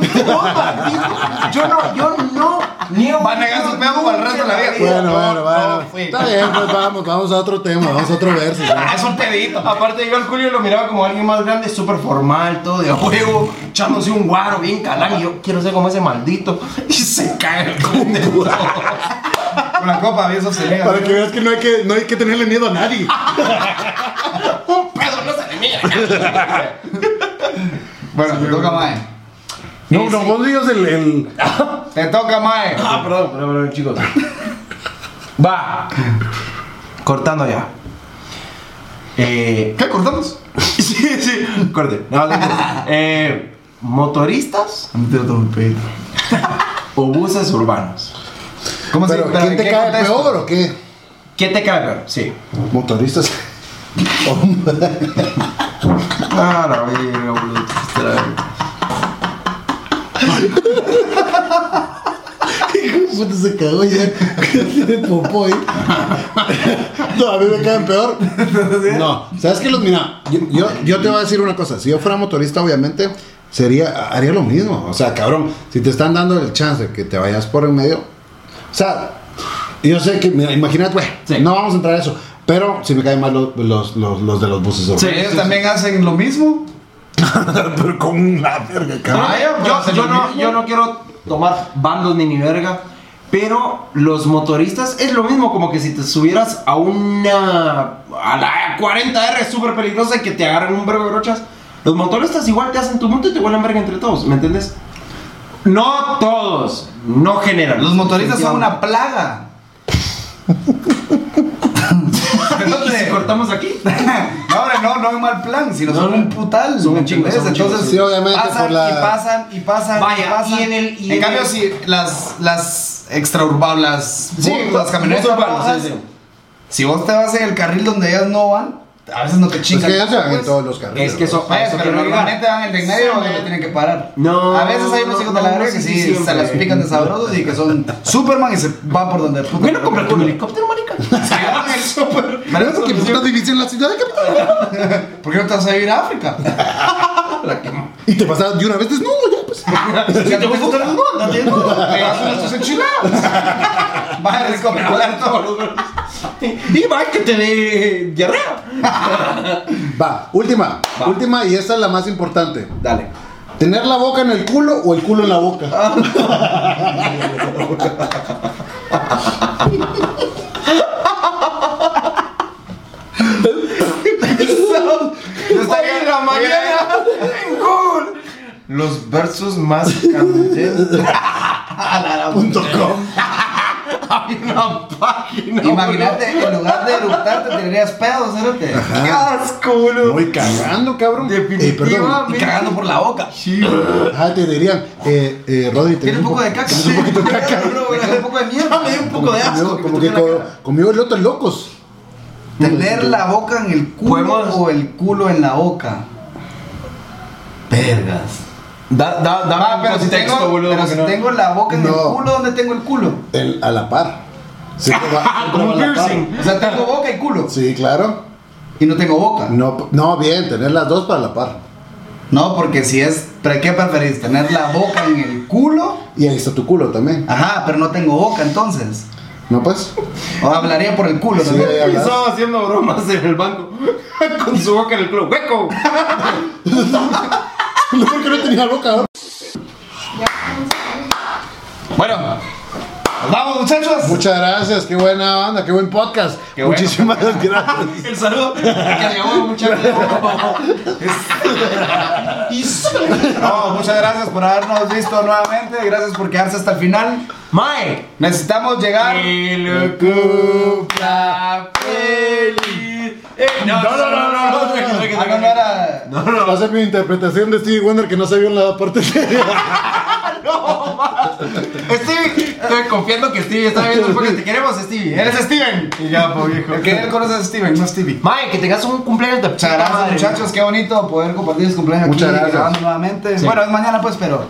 S2: no, yo no niego.
S3: Va a negar sus pedos para el resto de la vida.
S1: Bueno, bueno,
S3: No,
S1: bueno.
S3: no fui.
S1: Está bien, pues vamos, vamos a otro tema, vamos a otro verso.
S2: Ah,
S1: ¿no?
S3: Es un pedito.
S2: Aparte, yo al Julio lo miraba como alguien más grande, súper formal, todo de juego, echándose un guaro bien calán. Y yo quiero ser como ese maldito. Y se cae el condenado.
S3: Con la copa, bien sostenida.
S1: Para que veas que no hay que, no hay que tenerle miedo a nadie.
S2: Un pedo no se le mira.
S3: Bueno, te toca, Mae.
S1: No, no, vos digas el. el-
S3: Te toca, Mae.
S2: Ah, perdón, perdón, perdón, chicos. Va. Cortando ya. Eh,
S3: ¿Qué cortamos?
S2: sí, sí, corte. No, no, no. Eh, motoristas
S3: No te tomo un pedito.
S2: o buses urbanos.
S3: ¿Cómo se
S1: Pero,
S3: pero
S1: ¿quién
S3: en
S1: te
S3: qué
S1: cae
S3: contexto?
S1: peor o qué?
S2: ¿Qué te cae peor? Sí.
S1: Motoristas.
S2: Ah, la verga, boludo. te la verga.
S1: Puta, se cagó ya. Tiene popó ahí. No, a mí me caen peor. No, ¿sabes qué? Los, mira, yo, yo, yo te voy a decir una cosa. Si yo fuera motorista, obviamente, sería, haría lo mismo. O sea, cabrón, si te están dando el chance de que te vayas por en medio. O sea, yo sé que, mira, imagínate, güey,
S2: Sí.
S1: no vamos a entrar a eso. Pero si me caen mal los, los, los, los de los buses.
S2: Sí,
S1: urbanos.
S3: ¿Ellos
S2: sí,
S3: también hacen lo mismo?
S1: pero con la verga,
S2: No,
S1: cabrón.
S3: Ah, ya, pues,
S2: yo,
S3: hacen
S2: yo
S3: lo
S2: no,
S3: mismo.
S2: yo no quiero tomar bandos ni ni verga, pero los motoristas es lo mismo como que si te subieras a una a la 40R súper peligrosa y que te agarren un vergo de brochas. Los motoristas igual te hacen tu monte y te vuelan verga entre todos, ¿me entiendes? No todos, no general.
S3: Los motoristas son una plaga.
S2: ¿Y si cortamos aquí?
S3: No, Ahora no, no hay mal plan, sino
S2: No,
S3: son
S2: no.
S3: un putal.
S2: Son un
S3: ¿me
S2: chingo,
S3: entendés?
S2: son un chingo,
S3: Entonces,
S1: sí. Sí, obviamente,
S3: pasan
S1: por la-
S3: y pasan y pasan.
S2: Vaya,
S3: y, pasan.
S2: y en el- y
S3: en
S2: en
S3: cambio,
S2: el-
S3: si las, las extraurbanas, las,
S2: Sí,
S3: bus- las camionetas
S2: bus urbanos,
S3: rojas,
S2: sí, sí.
S3: si vos te vas en el carril donde ellas no van, A veces no te
S1: Es
S3: chingan.
S1: que ya se van en
S3: pues.
S1: todos los carros.
S2: Es que eso, a
S3: Oye,
S2: eso
S3: pero
S2: quiero llegar.
S3: normalmente van el de en medio porque lo tienen que parar.
S2: No,
S3: A veces hay unos hijos de la
S2: no,
S3: verga
S2: sí,
S3: que
S2: sí,
S3: sí,
S2: siempre.
S3: se las pican de sabrosos y que son Superman y se van por donde el puto.
S2: ¿Por qué no compras un helicóptero, marica?
S1: Pero eso que puta difícil en la ciudad de capital.
S3: ¿Por qué no te vas a ir a África? La que-
S1: Y te pasas de una vez desnudo, ya pues.
S3: Si te gusta el mundo, no tienes duda. Te vas a unas tus enchiladas. Vas a recuperar todo.
S2: Y va que te dé diarrea.
S1: Va, última.
S2: Va.
S1: Última y esta es la más importante.
S2: Dale.
S1: ¿Tener la boca en el culo o el culo en la boca?
S3: Yo estaría en la mañana.
S4: Los versos más cambiantes.
S1: Punto com.
S3: Imagínate, en lugar de eructar, te tirarías pedos, ¿eh? cérate.
S2: ¡Qué asco, boludo!
S1: Muy cagando, cabrón. Eh, perdón.
S3: Y cagando por la boca.
S1: Ah, te dirían, eh, eh, Rodri,
S3: Tiene un poco de caca.
S1: tienes un poquito de caca.
S3: Tiene un poco de mierda. Me dio un poco de asco.
S1: Como, que co- comió elotes locos.
S3: Tener la boca en el culo
S2: ¿Podemos?
S3: o el culo en la boca. Vergas.
S2: Da, da, dame
S3: Ah,
S2: un
S3: pero si
S2: contexto,
S3: tengo,
S2: boludo,
S3: pero
S2: porque
S3: si
S2: no-
S3: tengo la boca en el
S1: No.
S3: culo, ¿dónde tengo el culo?
S1: El- a la par. Sí, te va- siempre
S2: Como
S1: va a la par.
S2: piercing.
S3: O sea, tengo boca y culo.
S1: Sí, claro.
S3: Y no tengo boca.
S1: No, no, bien, tener las dos para la par.
S3: No, porque si es. ¿Pero qué preferís? ¿Tener la boca en el culo?
S1: Y ahí está tu culo también.
S3: Ajá, pero no tengo boca entonces.
S1: ¿No pues?
S3: O hablaría por el culo
S1: Sí,
S3: también.
S1: ahí hablas.
S2: Estaba haciendo bromas en el banco con su boca en el culo. ¡Hueco!
S1: No, porque no tenía boca. ¿no?
S4: Bueno, nos vamos, muchachos.
S1: Muchas gracias, qué buena banda, qué buen podcast.
S4: Qué bueno.
S1: Muchísimas gracias.
S2: El saludo que llamó muchachos.
S3: No, muchas gracias por habernos visto nuevamente. Gracias por quedarse hasta el final.
S2: Mae, eh,
S3: Necesitamos llegar.
S2: que lo cumpla feliz. Eh, no, no, no, no, no, no, tranqui, tranqui,
S3: Ah, no, no
S2: tranqui.
S3: era-
S1: Va a ser mi interpretación de Stevie Wonder que no se vio en la parte seria.
S2: Stevie, estoy confiando que Stevie está viendo el podcast. Te queremos, Stevie. Eres Steven. Y ya, po viejo.
S3: El que él conoce es Steven, no Stevie.
S2: Mae, que tengas un cumpleaños de
S3: Muchas gracias, muchachos. Qué bonito poder compartir su cumpleaños
S1: Muchas
S3: aquí
S1: gracias.
S3: grabando nuevamente. Bueno, es mañana, pues, pero,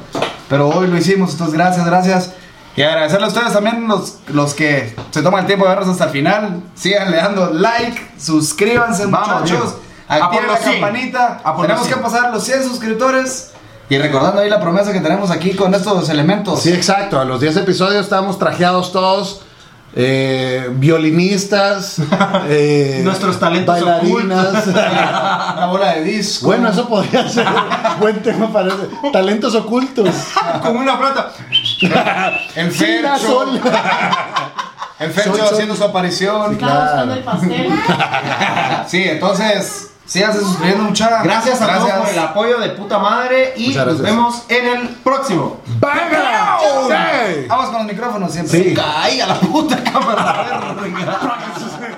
S3: pero hoy lo hicimos. Entonces, gracias, gracias. Y agradecerle a ustedes también, los, los que se toman el tiempo de vernos hasta el final. Síganle dando like, suscríbanse,
S2: Vamos,
S3: muchachos.
S2: viejo. A por
S3: Activen la
S2: los 100.
S3: campanita.
S2: A por
S3: Tenemos
S2: los
S3: que
S2: 100.
S3: pasar los 100 suscriptores. Y recordando ahí la promesa que tenemos aquí con estos elementos.
S1: Sí, exacto. A los 10 episodios estábamos trajeados todos. eh, violinistas, eh,
S2: Nuestros talentos
S1: bailarinas.
S3: Una bola de disco.
S1: Bueno, eso podría ser buen tema para ese. talentos ocultos.
S2: Con una plata.
S3: el
S1: Gina
S3: Fercho.
S1: Sol.
S3: El Fercho
S1: Sol, Sol.
S3: haciendo su aparición.
S1: Claro.
S5: Estaba buscando el pastel.
S3: Sí, entonces, síganse suscribiendo, muchachos.
S2: Gracias a todos por el apoyo de puta madre. Y
S1: Muchas
S2: nos
S1: gracias.
S2: vemos en el próximo.
S1: ¡Venga! ¡Sí!
S3: Vamos con los micrófonos siempre.
S1: Sí.
S3: Caiga la puta cámara.
S2: Verga.